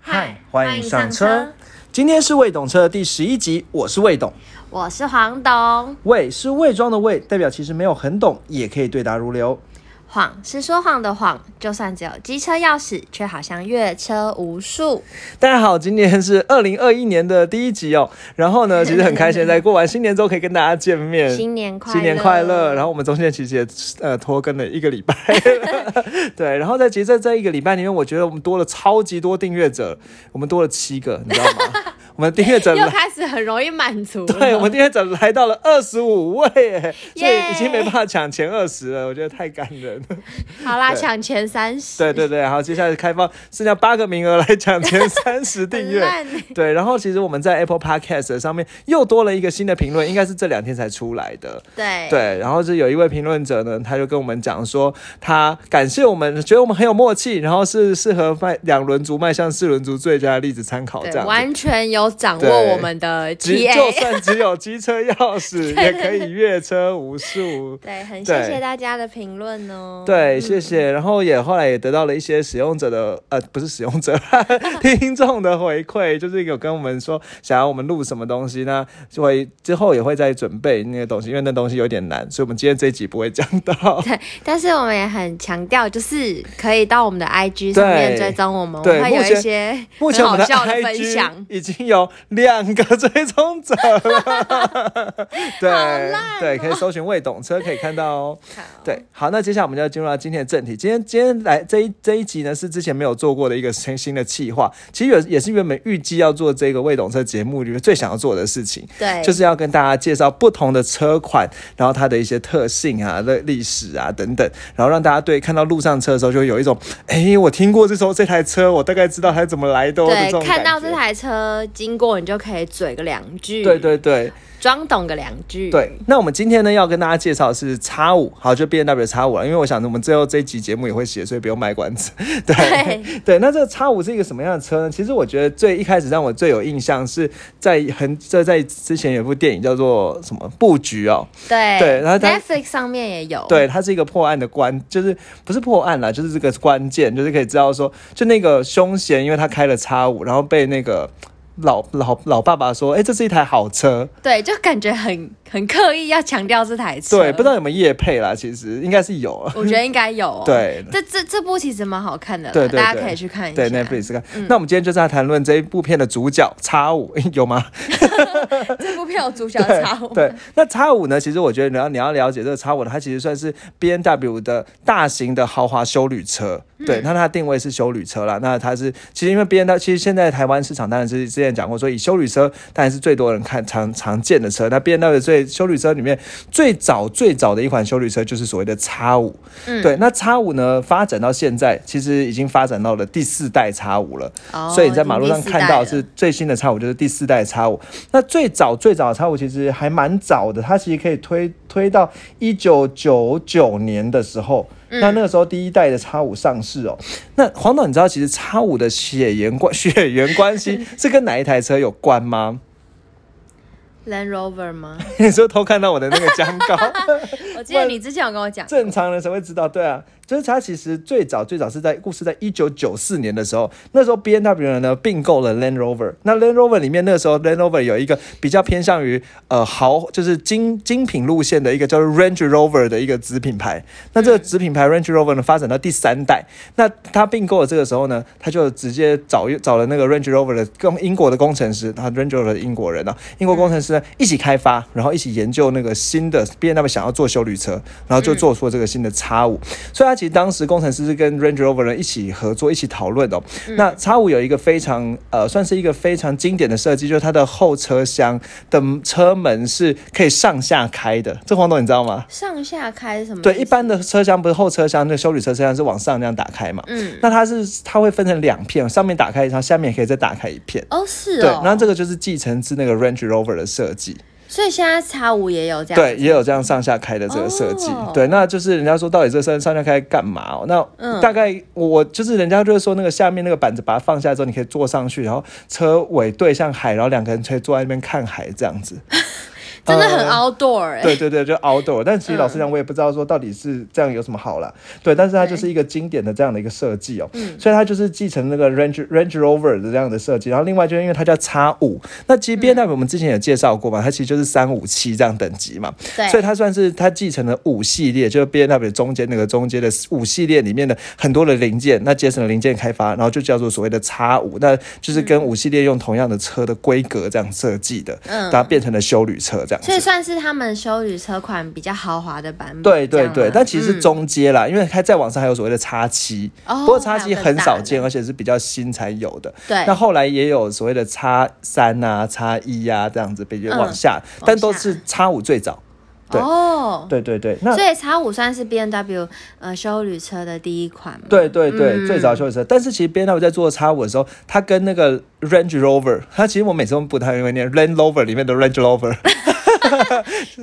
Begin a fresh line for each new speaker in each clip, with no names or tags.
嗨，欢迎上车。今天是未懂车第十一集，我是未懂。
我是黄董。
魏是伪装的魏，代表其实没有很懂，也可以对答如流。
谎是说谎的谎，就算只有机车钥匙，却好像阅车无数。
大家好，今天是二零二一年的第一集哦。然后 呢，其实很开心，在过完新年之后可以跟大家见面。
新年快乐！
新年快乐！然后我们中间其实也呃拖更了一个 礼拜，对。然后在其实在这一个礼拜里面，我觉得我们多了超级多订阅者，我们多了七个，你知道 吗？我们订阅者
又
来，
开始很容易满足了。
对我们订阅者来到了二十五位耶，所以已经没
耶
办法抢前二十了，我觉得太感人了。
好啦，
对
抢前三十，
对对对，好，接下来开放剩下八个名额来抢前三十订
很
阅。
烂欸
对，然后其实我们在 Apple Podcast 上面又多了一个新的评论，应该是这两天才出来的。
对
对，然后是有一位评论者呢，他就跟我们讲说，他感谢我们，觉得我们很有默契，然后是适合迈两轮族迈向四轮族最佳的例子参考这
对
样子。
完全有掌握
对
我们的
只就
TA。
算只有机车钥 匙，也可以阅车无数。
对，很
对
谢谢大家的评论哦。
对，谢谢。然后也后来也得到了一些使用者的呃，不是使用者， 听众的回馈，就是有跟我们说想要我们录什么东西，那就会之后也会再准备那个东西，因为那东西有点难，所以我们今天这一集不会讲 到。
对，但是我们也很强调，就是可以到我们的 IG 上面
对
追踪我们，我
对
们会有
目前
一些
目前
很
我
好
们的
笑的分
IG
享。
已经有两个追踪者 了，对
哦
对，可以搜寻“未懂车”可以看到哦。对，好，那接下来我们就要进入到今天的正题。今天今天来这一这一集呢，是之前没有做过的一个新新的企划，其实也也是原本预计要做这个未懂车节目里面最想要做的事情，
对，
就是要跟大家介绍不同的车款，然后它的一些特性啊、历历史啊等等，然后让大家对看到路上车的时候就有一种，哎，我听过这时候这台车，我大概知道它怎么来的、哦、的这
对，
种
看
感
到
觉
这。台车经过，你就可以嘴个两句，
对，对对，
装懂个两句，
对，那我们今天呢要跟大家介绍的是 X 五，好，就 B N W X 五了，因为我想我们最后这一集节目也会写，所以不用卖关子。对
对
对那这个 X 五是一个什么样的车呢？其实我觉得最一开始让我最有印象是在很这在之前有一部电影叫做什么布局哦，
对
对然后它
Netflix 上面也有，
对，它是一个破案的关，就是不是破案啦，就是这个关键，就是可以知道说，就那个凶嫌，因为他开了 X 五，然后被那个。老老老爸爸说：“哎、这是一台好车。”
对，就感觉很很刻意要强调这台车，
对，不知道有没有业配啦，其实应该是有。
我觉得应该有、哦，
对
这这这部其实蛮好看的啦，
对对
大家
对
可以去看一下，
对 Netflix 看。那我们今天就是要谈论这一部片的主角叉五， 有吗？
这部片有主角超，
对，那叉五呢？其实我觉得你要你要了解这个叉五呢，它其实算是 B N W 的大型的豪华休旅车。对，那它定位是休旅车啦。那它是其实因为 B N W 其实现在台湾市场当然是之前讲过，说以休旅车当然是最多人看常常见的车。那 B N W 最休旅车里面最早最早的一款休旅车就是所谓的叉五。
嗯
对，那叉五呢发展到现在，其实已经发展到了第四代叉五了。
哦
所以你在马路上看到
已经第四代
是最新的叉五，就是第四代叉五。那最早最早的叉五其实还蛮早的，它其实可以推推到一九九九年的时候。
嗯
那那个时候第一代的叉五上市哦。那黄导，你知道其实叉五的血缘关 血缘关系是跟哪一台车有关吗？
了 Land Rover 吗？
你说偷看到我的那个江高。
我记得你之前有跟我讲，
正常人才会知道，对啊，就是它其实最早最早是在故事在一九九四年的时候，那时候 B N W 呢并购了 Land Rover，那 Land Rover 里面那个时候 Land Rover 有一个比较偏向于呃豪就是精精品路线的一个叫做 Range Rover 的一个子品牌，那这个子品牌 Range Rover 呢发展到第三代，那它并购了这个时候呢，他就直接找找了那个 Range Rover 的工英国的工程师，他 Range Rover 的英国人啊，英国工程师呢一起开发，然后一起研究那个新的 B N W 想要做修旅车，然后就做出了这个新的 X 五、所以他其实当时工程师是跟 Range Rover 人一起合作，一起讨论的哦。那 X 五有一个非常呃，算是一个非常经典的设计，就是它的后车厢的嗯车门是可以上下开的。这黄董你知道吗？
上下开是什么意思？
对，一般的车厢不是后车厢，那个修理车车厢是往上这样打开嘛？
嗯，
那它是它会分成两片，上面打开一张，下面也可以再打开一片。
哦是
对
哦，，
然后这个就是继承自那个 Range Rover 的设计，
所以现在叉五也有这样，
对，，也有这样上下开的这个设计，
哦
对，那就是人家说到底这上上下开干嘛哦？
嗯
那大概我我就是人家就是说那个下面那个板子把它放下之后，你可 以坐上去，然后车尾对向海，然后两个人可以坐在那边看海这样子，
真的很
呃
outdoor 哎、嗯
对对对，就 outdoor。但其实老实讲，我也不知道说到底是这样有什么好啦。对，但是它就是一个经典的这样的一个设计哦。
嗯
所以它就是继承那个 Range Range Rover 的这样的设计。然后另外就是因为它叫叉五，那
嗯
其实 B N W 我们之前也介绍过嘛，它其实就是三五七这样等级嘛。
对
所以它算是它继承了五系列，就是 B N W 中间那个中间的五系列里面的很多的零件，那节省了零件开发，然后就叫做所谓的叉五，那就是跟五系列用同样的车的规格这样设计的，
嗯
它变成了修旅车这样子。
所以算是他们修旅车款比较豪华的版本。
对对
这样
对
吗，
但其实是
嗯
中阶啦，因为它在网上还有所谓的叉七、
哦
不过叉七很少见，
还有更大的
而且是比较新才有的。
对
那后来也有所谓的叉三啊、叉一啊这样子，比较
嗯
往下，
往
但都
下
是叉五最早。对
哦，
对对对，那
所以 X 五算是 B N W 呃修旅车的第一款嘛。
对对对，
嗯
最早修理车。但是其实 B N W 在做叉五的时候，它跟那个 Range Rover，它其实我每次都不太会念 Range Rover 里面的 Range Rover，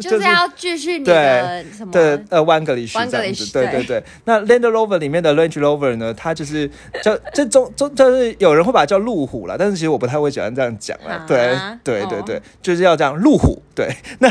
就是要继续你的什么？
对，呃，弯格里许
One
这样
Girlish，
子，对
对
对对。那 Land Rover 里面的 Range Rover 呢，它就是叫这中中，就是有人会把它叫路虎啦，但是其实我不太会喜欢这样讲啦
啊。
对对对
哦
对，就是要这样路虎。对， 那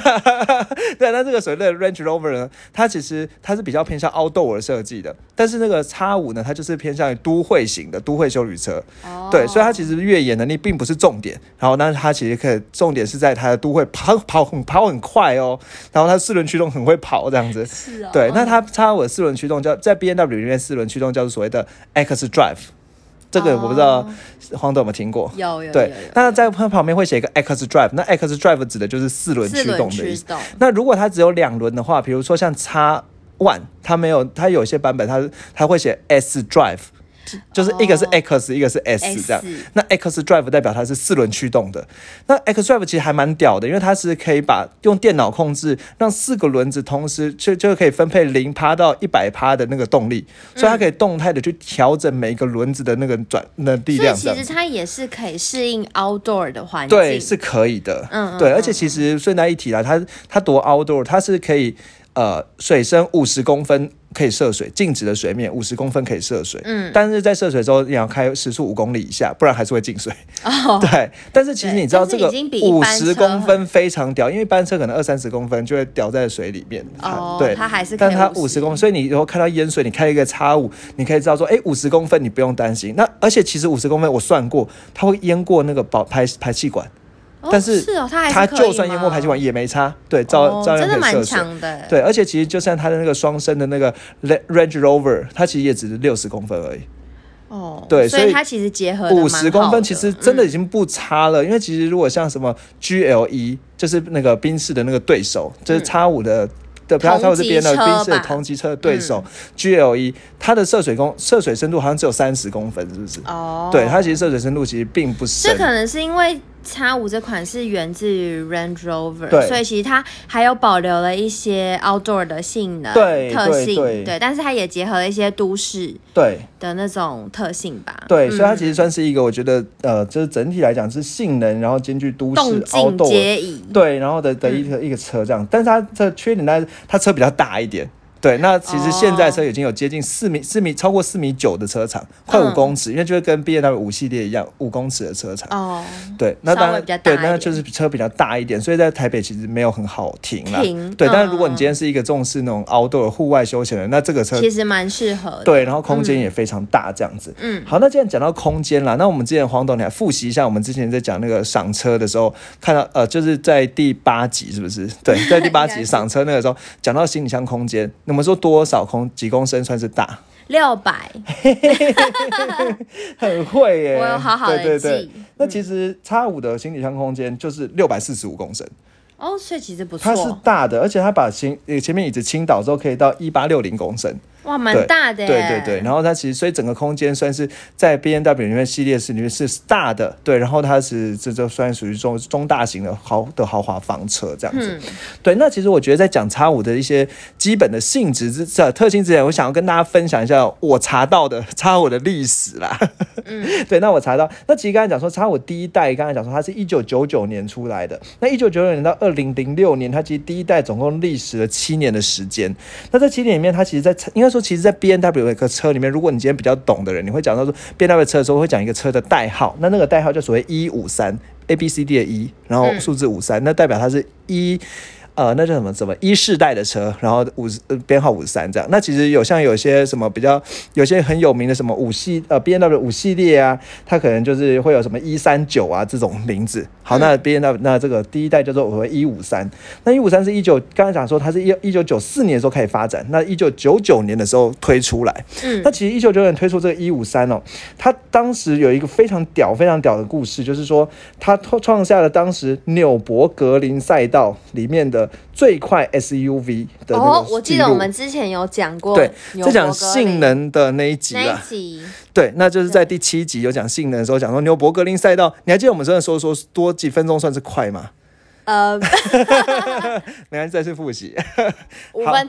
对那这个所谓的 Range Rover 呢，它其实它是比较偏向 outdoor 设计的，但是那个 X 五呢，它就是偏向于都会型的都会修旅车。
哦
对，所以它其实越野能力并不是重点，然后但是它其实可以重点是在它的都会跑跑很跑很快哦，然后它四轮驱动很会跑这样子。
是哦。
对，那它它我四轮驱动叫在 B N W 里面四轮驱动叫做所谓的 X Drive，这个我不知道
哦
黄董有没有听过。
有有
对
有有，
那在它旁边会写一个 X Drive，那 X Drive 指的就是四轮
四
驱
轮
动的
驱
意思。
动。
那如果它只有两轮的话，比如说像 X One，它没有，它有些版本它它会写 S Drive，就是一个是
哦
X，、一个是 S 这样
S。
那 X Drive 代表它是四轮驱动的。那 X Drive 其实还蛮屌的，因为它是可以把用电脑控制，让四个轮子同时就就可以分配零趴到一百趴的那个动力，所
嗯
以它可以动态的去调整每一个轮子的那个转那力
所以
量
其
这
实
样。
它也是可以适应 outdoor 的环境。
对，是可以的。
嗯嗯
对，
嗯
而且其实顺带一提啦，它它多 outdoor，它是可以呃水深五十公分可以涉水，静止的水面五十公分可以涉水。
嗯
但是在涉水的时候，你要开时速五公里以下，不然还是会进水。
哦，
对，但是其实
对
你知道
但是
这个
已经比一
五
般车
十公分非常屌，因为一般车可能二三十公分就会掉在水里面。
哦
对，
它还是可以
但它
50
五十公分，所以你以后看到淹水，你开一个叉五，你可以知道说，哎，五十公分你不用担心。那而且其实五十公分我算过，它会淹过那个保排排气管，
哦
但是
是哦，它还是
它
可以
就算淹过
吗
排气管也没差，对，照
哦
照样
真的
可以
蛮
涉水。
强的。
对，而且其实就像它的那个双生的那个 Le- Range Rover，它其实也只是六十公分而已。
哦，
对
所
所以
它其实结合得蛮
五
好
十公分
的嗯
其实真的已经不差了，因为其实如果像什么 GLE，就是那个宾士的那个对手，就是叉五的。对，不要
嗯同
超这
级
边的
车
宾士的
吧嗯
同级车的对手、GLE，它的涉水公涉水深度好像只有三十公分，是不是？
哦，
对，它其实涉水深度其实并不深
这。可能是因为 X 五这款是源自于 Range Rover，
对
所以其实它还有保留了一些 outdoor 的性能
对
特性
对对
但是它也结合了一些都市
对
的那种特性吧。
对，
嗯
所以它其实算是一个，我觉得呃，就是整体来讲是性能，然后兼具都
动
市、
静
outdoor
皆宜。
对，然后的的一个、一个车这样，但是它的缺点呢，它车比较大一点。对，那其实现在车已经有接近四米、四米超过四米九的车长，快五
嗯
公尺，因为就会跟 B N W 五系列一样，五公尺的车长。
哦，
对，那
稍
当
微
然
比较大
对，
一
那
点
就是车比较大一点，所以在台北其实没有很好停啦。
停
对，
嗯
但是如果你今天是一个重视那种 outdoor 户外休闲的，那这个车
其实蛮适合的。
呃对，然后空间也非常大，这样子。
嗯，
好，那既然讲到空间啦，那我们之前黄董你还复习一下，我们之前在讲那个赏车的时候，看到呃，就是在第八集是不 是？对，在第八
应该
集
是
赏车那个时候讲到行李箱空间，那么说多少空几公升算是 大？
六百，
很会耶、
我有好好地
对对对
记。
那其实叉五的行李箱空间就是六百四十五公升，
哦，所以其实不
它是
错，
大的，而且它把行呃前面椅子倾倒之后，可以到一八六零公升。
哇，蛮大的耶。
对对对，然后它其实所以整个空间算是在 B N W 里面系列是里面是大的，对，然后它是这就算属于中中大型的豪的豪华房车这样子。
嗯
对，那其实我觉得在讲叉五的一些基本的性质之这特性之前，我想要跟大家分享一下我查到的 叉五的历史啦。 对，那我查到，那其实刚才讲说，叉五第一代，刚才讲说它是一九九九年出来的，那一九九九年到二零零六年，它其实第一代总共历时了七年的时间。那这七年里面，它其实在应该说，其实，在 B N W 的一个车里面，如果你今天比较懂的人，你会讲到说 B N W 车的时候，会讲一个车的代号，那那个代号就所谓一五三。 A B C D 的一，然后
嗯
数字五三、那代表它是一。呃，那叫什么什么一世代的车，然后五十呃编号五十三这样。那其实有像有些什么比较，有些很有名的什么五系呃 B N W 五系列啊，它可能就是会有什么一三九啊这种名字。好，那 B N W 那这个第一代叫做我们一五三，那一五三是一九刚才讲说它是一一九九四年的时候开始发展，那一九九九年的时候推出来。
嗯
那其实一九九九年推出这个一五三哦，它当时有一个非常屌、非常屌的故事，就是说它创创下了当时纽伯格林赛道里面的最快 SUV 的那个
哦，我记
记
得
录
我们之前有讲过，
对在讲性能的那一集
那
啦
一。集，
对，那就是在第七集有讲性能的时候，讲说牛伯格林赛道，你还记得我们真的说说多几分钟算是快吗？
呃，
没关系，再次复习，
五
好
分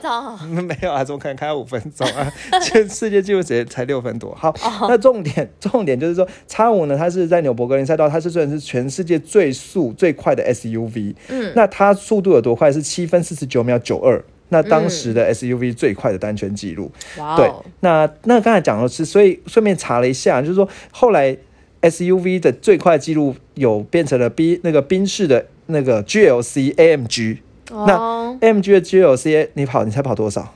钟，
没有啊，怎么可能开到五分钟啊？ 全世界纪录只才六分多。好，那重点重点就是说，叉五呢，它是在纽伯格林赛道，它是虽然是全世界最速最快的 SUV，嗯，那它速度有多快？是七分四十九秒九二。那当时的 SUV 最快的单圈记录，
哇
对
哦，，
那那刚才讲的是，所以顺便查了一下，就是说后来 SUV 的最快记录有变成了 B 那个宾士的那个 GLC AMG。
哦，
AMG 的 GLC，你跑，你猜跑多少？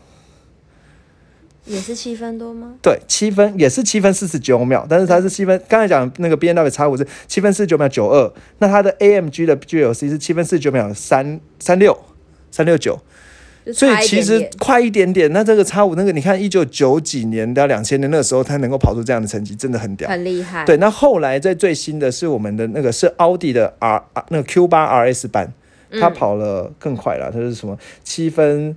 也是七分多吗？
对，七分也是七分四十九秒，但是它是七分。刚才讲那个 B N W 叉五是七分四十九秒九二，那它的 A M G 的 G L C 是七分四十九秒三三六三六九，
就
所以
差一
其
点
实
点
快一点点。那这个叉五那个，你看一九九几年到两千年那个时候，它能够跑出这样的成绩，真的很屌。
很厉害，
对，那后来在最新的是我们的那个是奥迪的 R 啊那个 Q 八 RS 版，
嗯
它跑了更快了，它是什么七分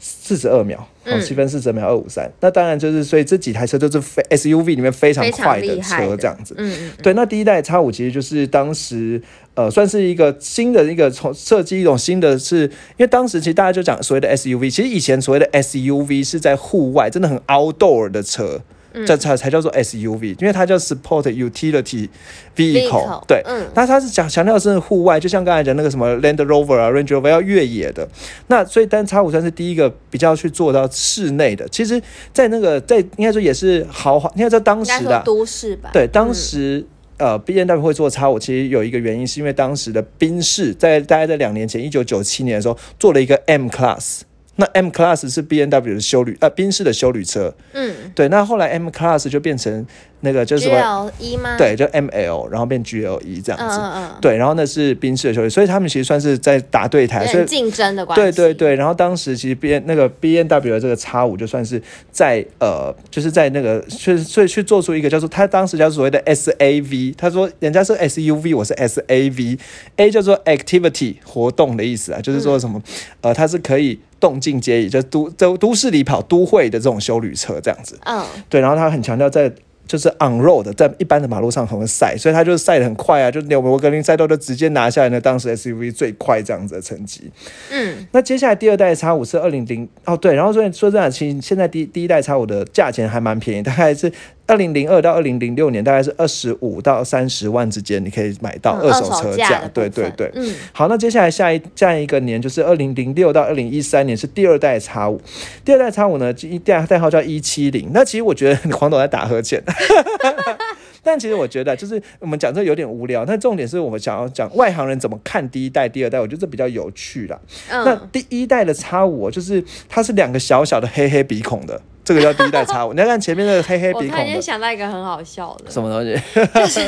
四十二秒，哦，
嗯
七分四十秒二五三。那当然就是，所以这几台车都是非 SUV 里面非常
非常
快
厉害
车
的
这样子。
嗯，嗯
对，那第一代叉五其实就是当时呃算是一个新的一个从设计一种新的是，因为当时其实大家就讲所谓的 SUV，其实以前所谓的 SUV 是在户外，真的很 outdoor 的车。
嗯
这才才叫做 SUV，因为它叫 Support Utility Vehicle，,
Vehicle，
对，
嗯
那它是讲强调是户外，就像刚才讲那个什么 Land Rover 啊、Range Rover 要越野的，那所以单叉五算是第一个比较去做到室内的。其实，在那个在应该说也是豪华，应该在当
应
时
该
的啊
说都市吧，嗯
对，当时、呃，B N W 会做叉五，其实有一个原因是因为当时的宾士在大概在两年前，一九九七年的时候做了一个 M Class。那 M Class 是 B N W 的修旅，呃，宾士的修旅车。
嗯
对，那后来 M Class 就变成那个就是
，G
什么，
L 一吗？，
对，就 M L，然后变 G L E 这
嗯
样子。
嗯
对，然后那是宾士的修旅，所以他们其实算是在打对台，
嗯，
所以
很竞争的关系，
对对，对，然后当时其实 B N 那个 B N W 的这个叉五就算是在呃，就是在那个去所以去做出一个叫做他当时叫做所谓的 S A V，他说人家是 S U V，我是 S A V，A 叫做 activity 活动的意思啊，就是
嗯
说什么、呃，它是可以动静皆宜，就是都都都市里跑都会的这种修旅车这样子。
嗯，
对，然后他很强调在就是 on road 的，在一般的马路上很会赛，所以他就赛得很快啊，就纽伯格林赛道就直接拿下来那当时 SUV 最快这样子的成绩。
嗯，
那接下来第二代叉五是二零零哦对，然后所以说真的，其实现在第第一代叉五的价钱还蛮便宜，大概是二零零二到二零零六年大概是二十五到三十万之间，你可以买到
嗯
二手车
价
价，
的部
对对
分
对。
嗯，
好，那接下来下一下一个年就是二零零六到二零一三年是第二代叉五，第二代叉五呢，就一代代号叫一七零。那其实我觉得黄董在打呵欠， 但其实我觉得就是我们讲这有点无聊，但重点是我们想要讲外行人怎么看第一代、第二代，我觉得这比较有趣啦。那
嗯，
第一代的叉五哦就是它是两个小小的黑黑鼻孔的，这个叫第一代 叉五。你要看前面那个黑黑
我
鼻
突
孔
然间
的。
想到一个很好笑的，
什么东 西？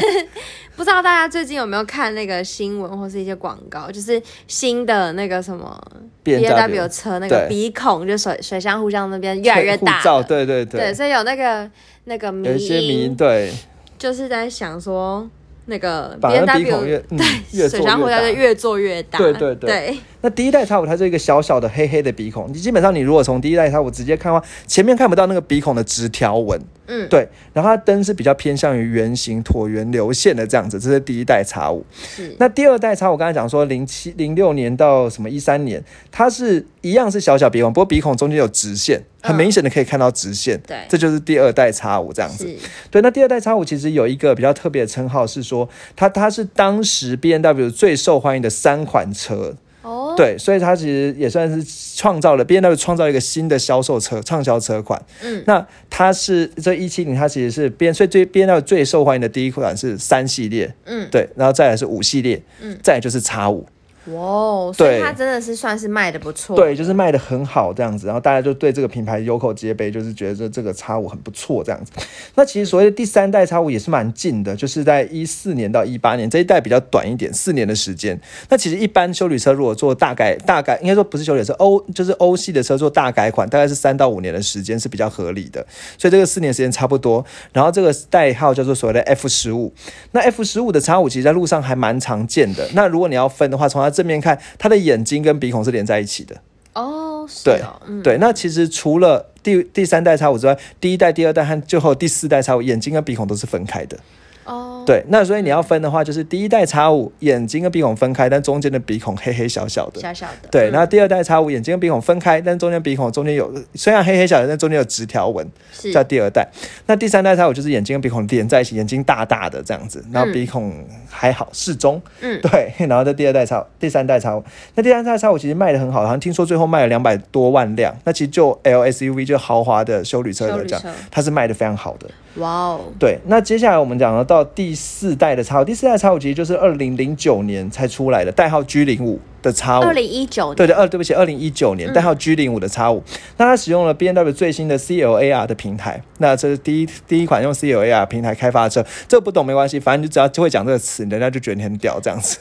不知道大家最近有没有看那个新闻或是一些广告，就是新的那个什么
B&W
车那个
对
鼻孔，就水水箱互相那边越来越大
护照，
了，
对对
对，
对，
所以有那个那个迷
有一些迷因
音，
对，
就是在想说那个
把
B N
那鼻孔
W
越嗯越做
水箱
越
火
大
车就。越做越大，
对对对
对，
那第一代叉五它是一个小小的黑黑的鼻孔，你基本上你如果从第一代叉五直接看的话，前面看不到那个鼻孔的直条纹，
嗯
对。然后它灯是比较偏向于圆形、椭圆、流线的这样子，这是第一代叉五。
是
那第二代叉，我刚才讲说零七零六年到什么一三年，它是一样是小小鼻孔，不过鼻孔中间有直线，很明显的可以看到直线。
对
这就是第二代叉五这样子。
是
对，那第二代叉五其实有一个比较特别的称号是说，它它是当时 B N W 最受欢迎的三款车。
哦，
对，所以它其实也算是创造了 B N W 创造一个新的销售车畅销车款。
嗯，
那它是这一七零，它其实是 B N 所以最 B N W 最受欢迎的第一款是三系列，
嗯，
对，然后再来是五系列，
嗯，
再来就是叉五，
哇哦，所以
对
它真的是算是卖的不错。
对，就是卖的很好这样子，然后大家就对这个品牌有口皆碑，就是觉得这这个叉五很不错这样子。那其实所谓的第三代叉五也是蛮近的，就是在一四年到一八年这一代比较短一点，四年的时间。那其实一般修理车如果做大改大改，应该说不是修理车，欧就是欧系的车做大改款，大概是三到五年的时间是比较合理的，所以这个四年时间差不多。然后这个代号叫做所谓的 F 十五，那 F 十五的叉五其实在路上还蛮常见的。那如果你要分的话，从它正面看，它的眼睛跟鼻孔是连在一起的。
哦，是
对
哦，嗯，
对，那其实除了第第三代叉五之外，第一代、第二代和最后第四代叉五，眼睛跟鼻孔都是分开的。
哦，
对，那所以你要分的话，就是第一代叉五眼睛跟鼻孔分开，但中间的鼻孔黑黑小小的。
小小的，
对，
嗯
那第二代叉五眼睛跟鼻孔分开，但中间鼻孔中间有虽然黑黑小小，但中间有直条纹，
是
叫第二代。那第三代叉五就是眼睛跟鼻孔连在一起，眼睛大大的这样子，然后鼻孔还好适中。
嗯
对， 然后这第二代叉，第三代叉五，那第三代叉五其实卖的很好，好像听说最后卖了两百多万辆。那其实就 L S U V 就豪华的修理车
修
来
理
讲
车，
它是卖的非常好的。
哇哦，
对，那接下来我们讲到第四代的叉五，第四代叉五其实就是二零零九年才出来的，代号 G 零五的叉五
二。零一九
啊
嗯
对的，二对不起，二零一九年代号 G 零五的叉五，那它使用了 B N W 最新的 C L A R 的平台，那这是第一第一款用 C L A R 平台开发的车，这个不懂没关系，反正你就只要就会讲这个词，人家就觉得你很屌这样 子。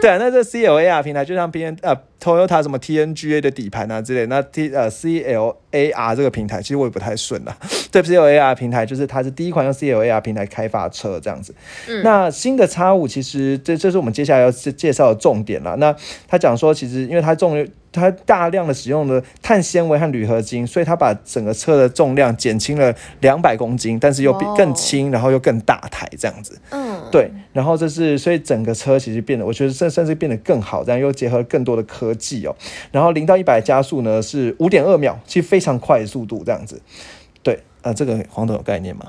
对啊，那这 C L A R 平台就像 B N 呃 Toyota 什么 T N G A 的底盘啊之类，那 T 呃 C L A R 这个平台其实我也不太顺啊。 对 C L A R 平台就是它是第一款用 C L A R 平台开发的车这样子。
嗯
那新的叉五其实这这是我们接下来要介介绍的重点了。那他讲说，其实因为它重它大量的使用了碳纤维和铝合金，所以它把整个车的重量减轻了两百公斤，但是又比
哇哦
更轻，然后又更大台这样子。
嗯，
对，然后这是所以整个车其实变得，我觉得甚甚至变得更好，这样又结合更多的科技哦。然后零到一百加速呢是五点二秒，其实非常快的速度这样子。对，啊、这个黄总有概念吗？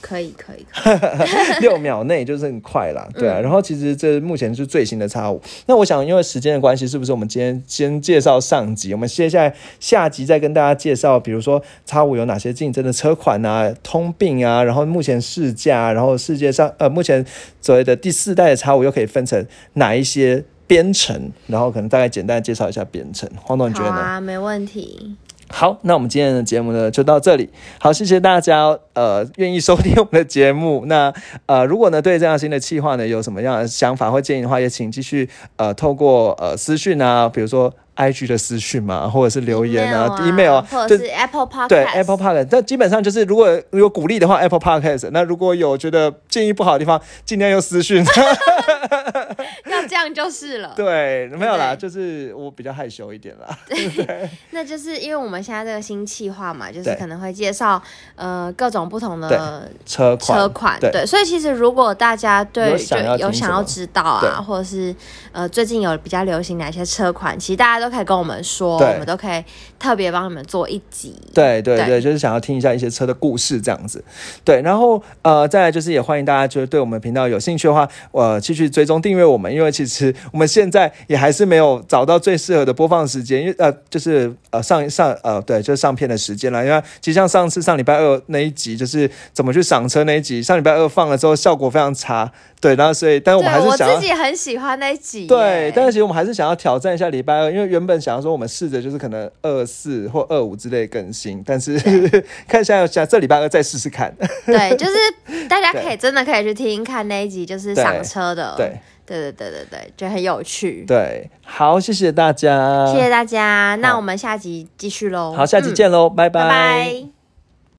可以可以，可以
六秒内就是很快啦，对啊。然后其实这目前是最新的叉五。那我想因为时间的关系，是不是我们今天先介绍上集，我们接下来下集再跟大家介绍，比如说叉五有哪些竞争的车款啊、通病啊，然后目前试驾啊，然后世界上呃目前所谓的第四代的叉五又可以分成哪一些编程，然后可能大概简单地介绍一下编程。黄总你觉
好
得呢？
啊，没问题，
好，那我们今天的节目呢就到这里。好，谢谢大家哦，呃，愿意收听我们的节目。那呃，如果呢对这样新的企划呢有什么样的想法或建议的话，也请继续呃透过呃私讯啊，比如说 IG 的私讯嘛，或者是留言啊、
email 啊，或
啊，
者
就是
Apple Podcast，
对 Apple Park，那基本上就是如果有鼓励的话，Apple Podcast。那如果有觉得建议不好的地方，尽量用私讯。
要这样就是了。
对，没有啦，
对
就是我比较害羞一点 啦。
那就是因为我们现在这个新企划嘛，就是
对
可能会介绍呃各种不同的
对车款，
车款，
对
所以其实如果大家对
有
就
想要
有
听
想
什
要
么
知道啊，
对
或者是呃最近有比较流行哪些车款，其实大家都可以跟我们说，
对
我们都可以特别帮你们做一集。
对对
对
对，就是想要听一下一些车的故事这样子。对，然后呃，再来就是也欢迎大家就是对我们频道有兴趣的话，呃，继续追踪订阅我们，因为其实我们现在也还是没有找到最适合的播放时间，因为呃，就是呃上上呃对，就是上片的时间了。因为其实像上次上礼拜二那一集，就是怎么去赏车那一集，上礼拜二放了之后效果非常差，对，然后所以但是我们还
对
是
我
想要
自。己也很喜欢那一集耶，
对，但是其实我们还是想要挑战一下礼拜二，因为原本想要说我们试着就是可能二四或二五之类更新，但是 看现在想这礼拜二再试试看。
对，就是大 家
对
可以真的可以去听听看那一集，就是
对
上车的，
对
对对对对对，就很有趣。
对，好，谢谢大家，
谢谢大家，那
好
我们下集继续喽。
好，下期
嗯，
见喽，
拜拜。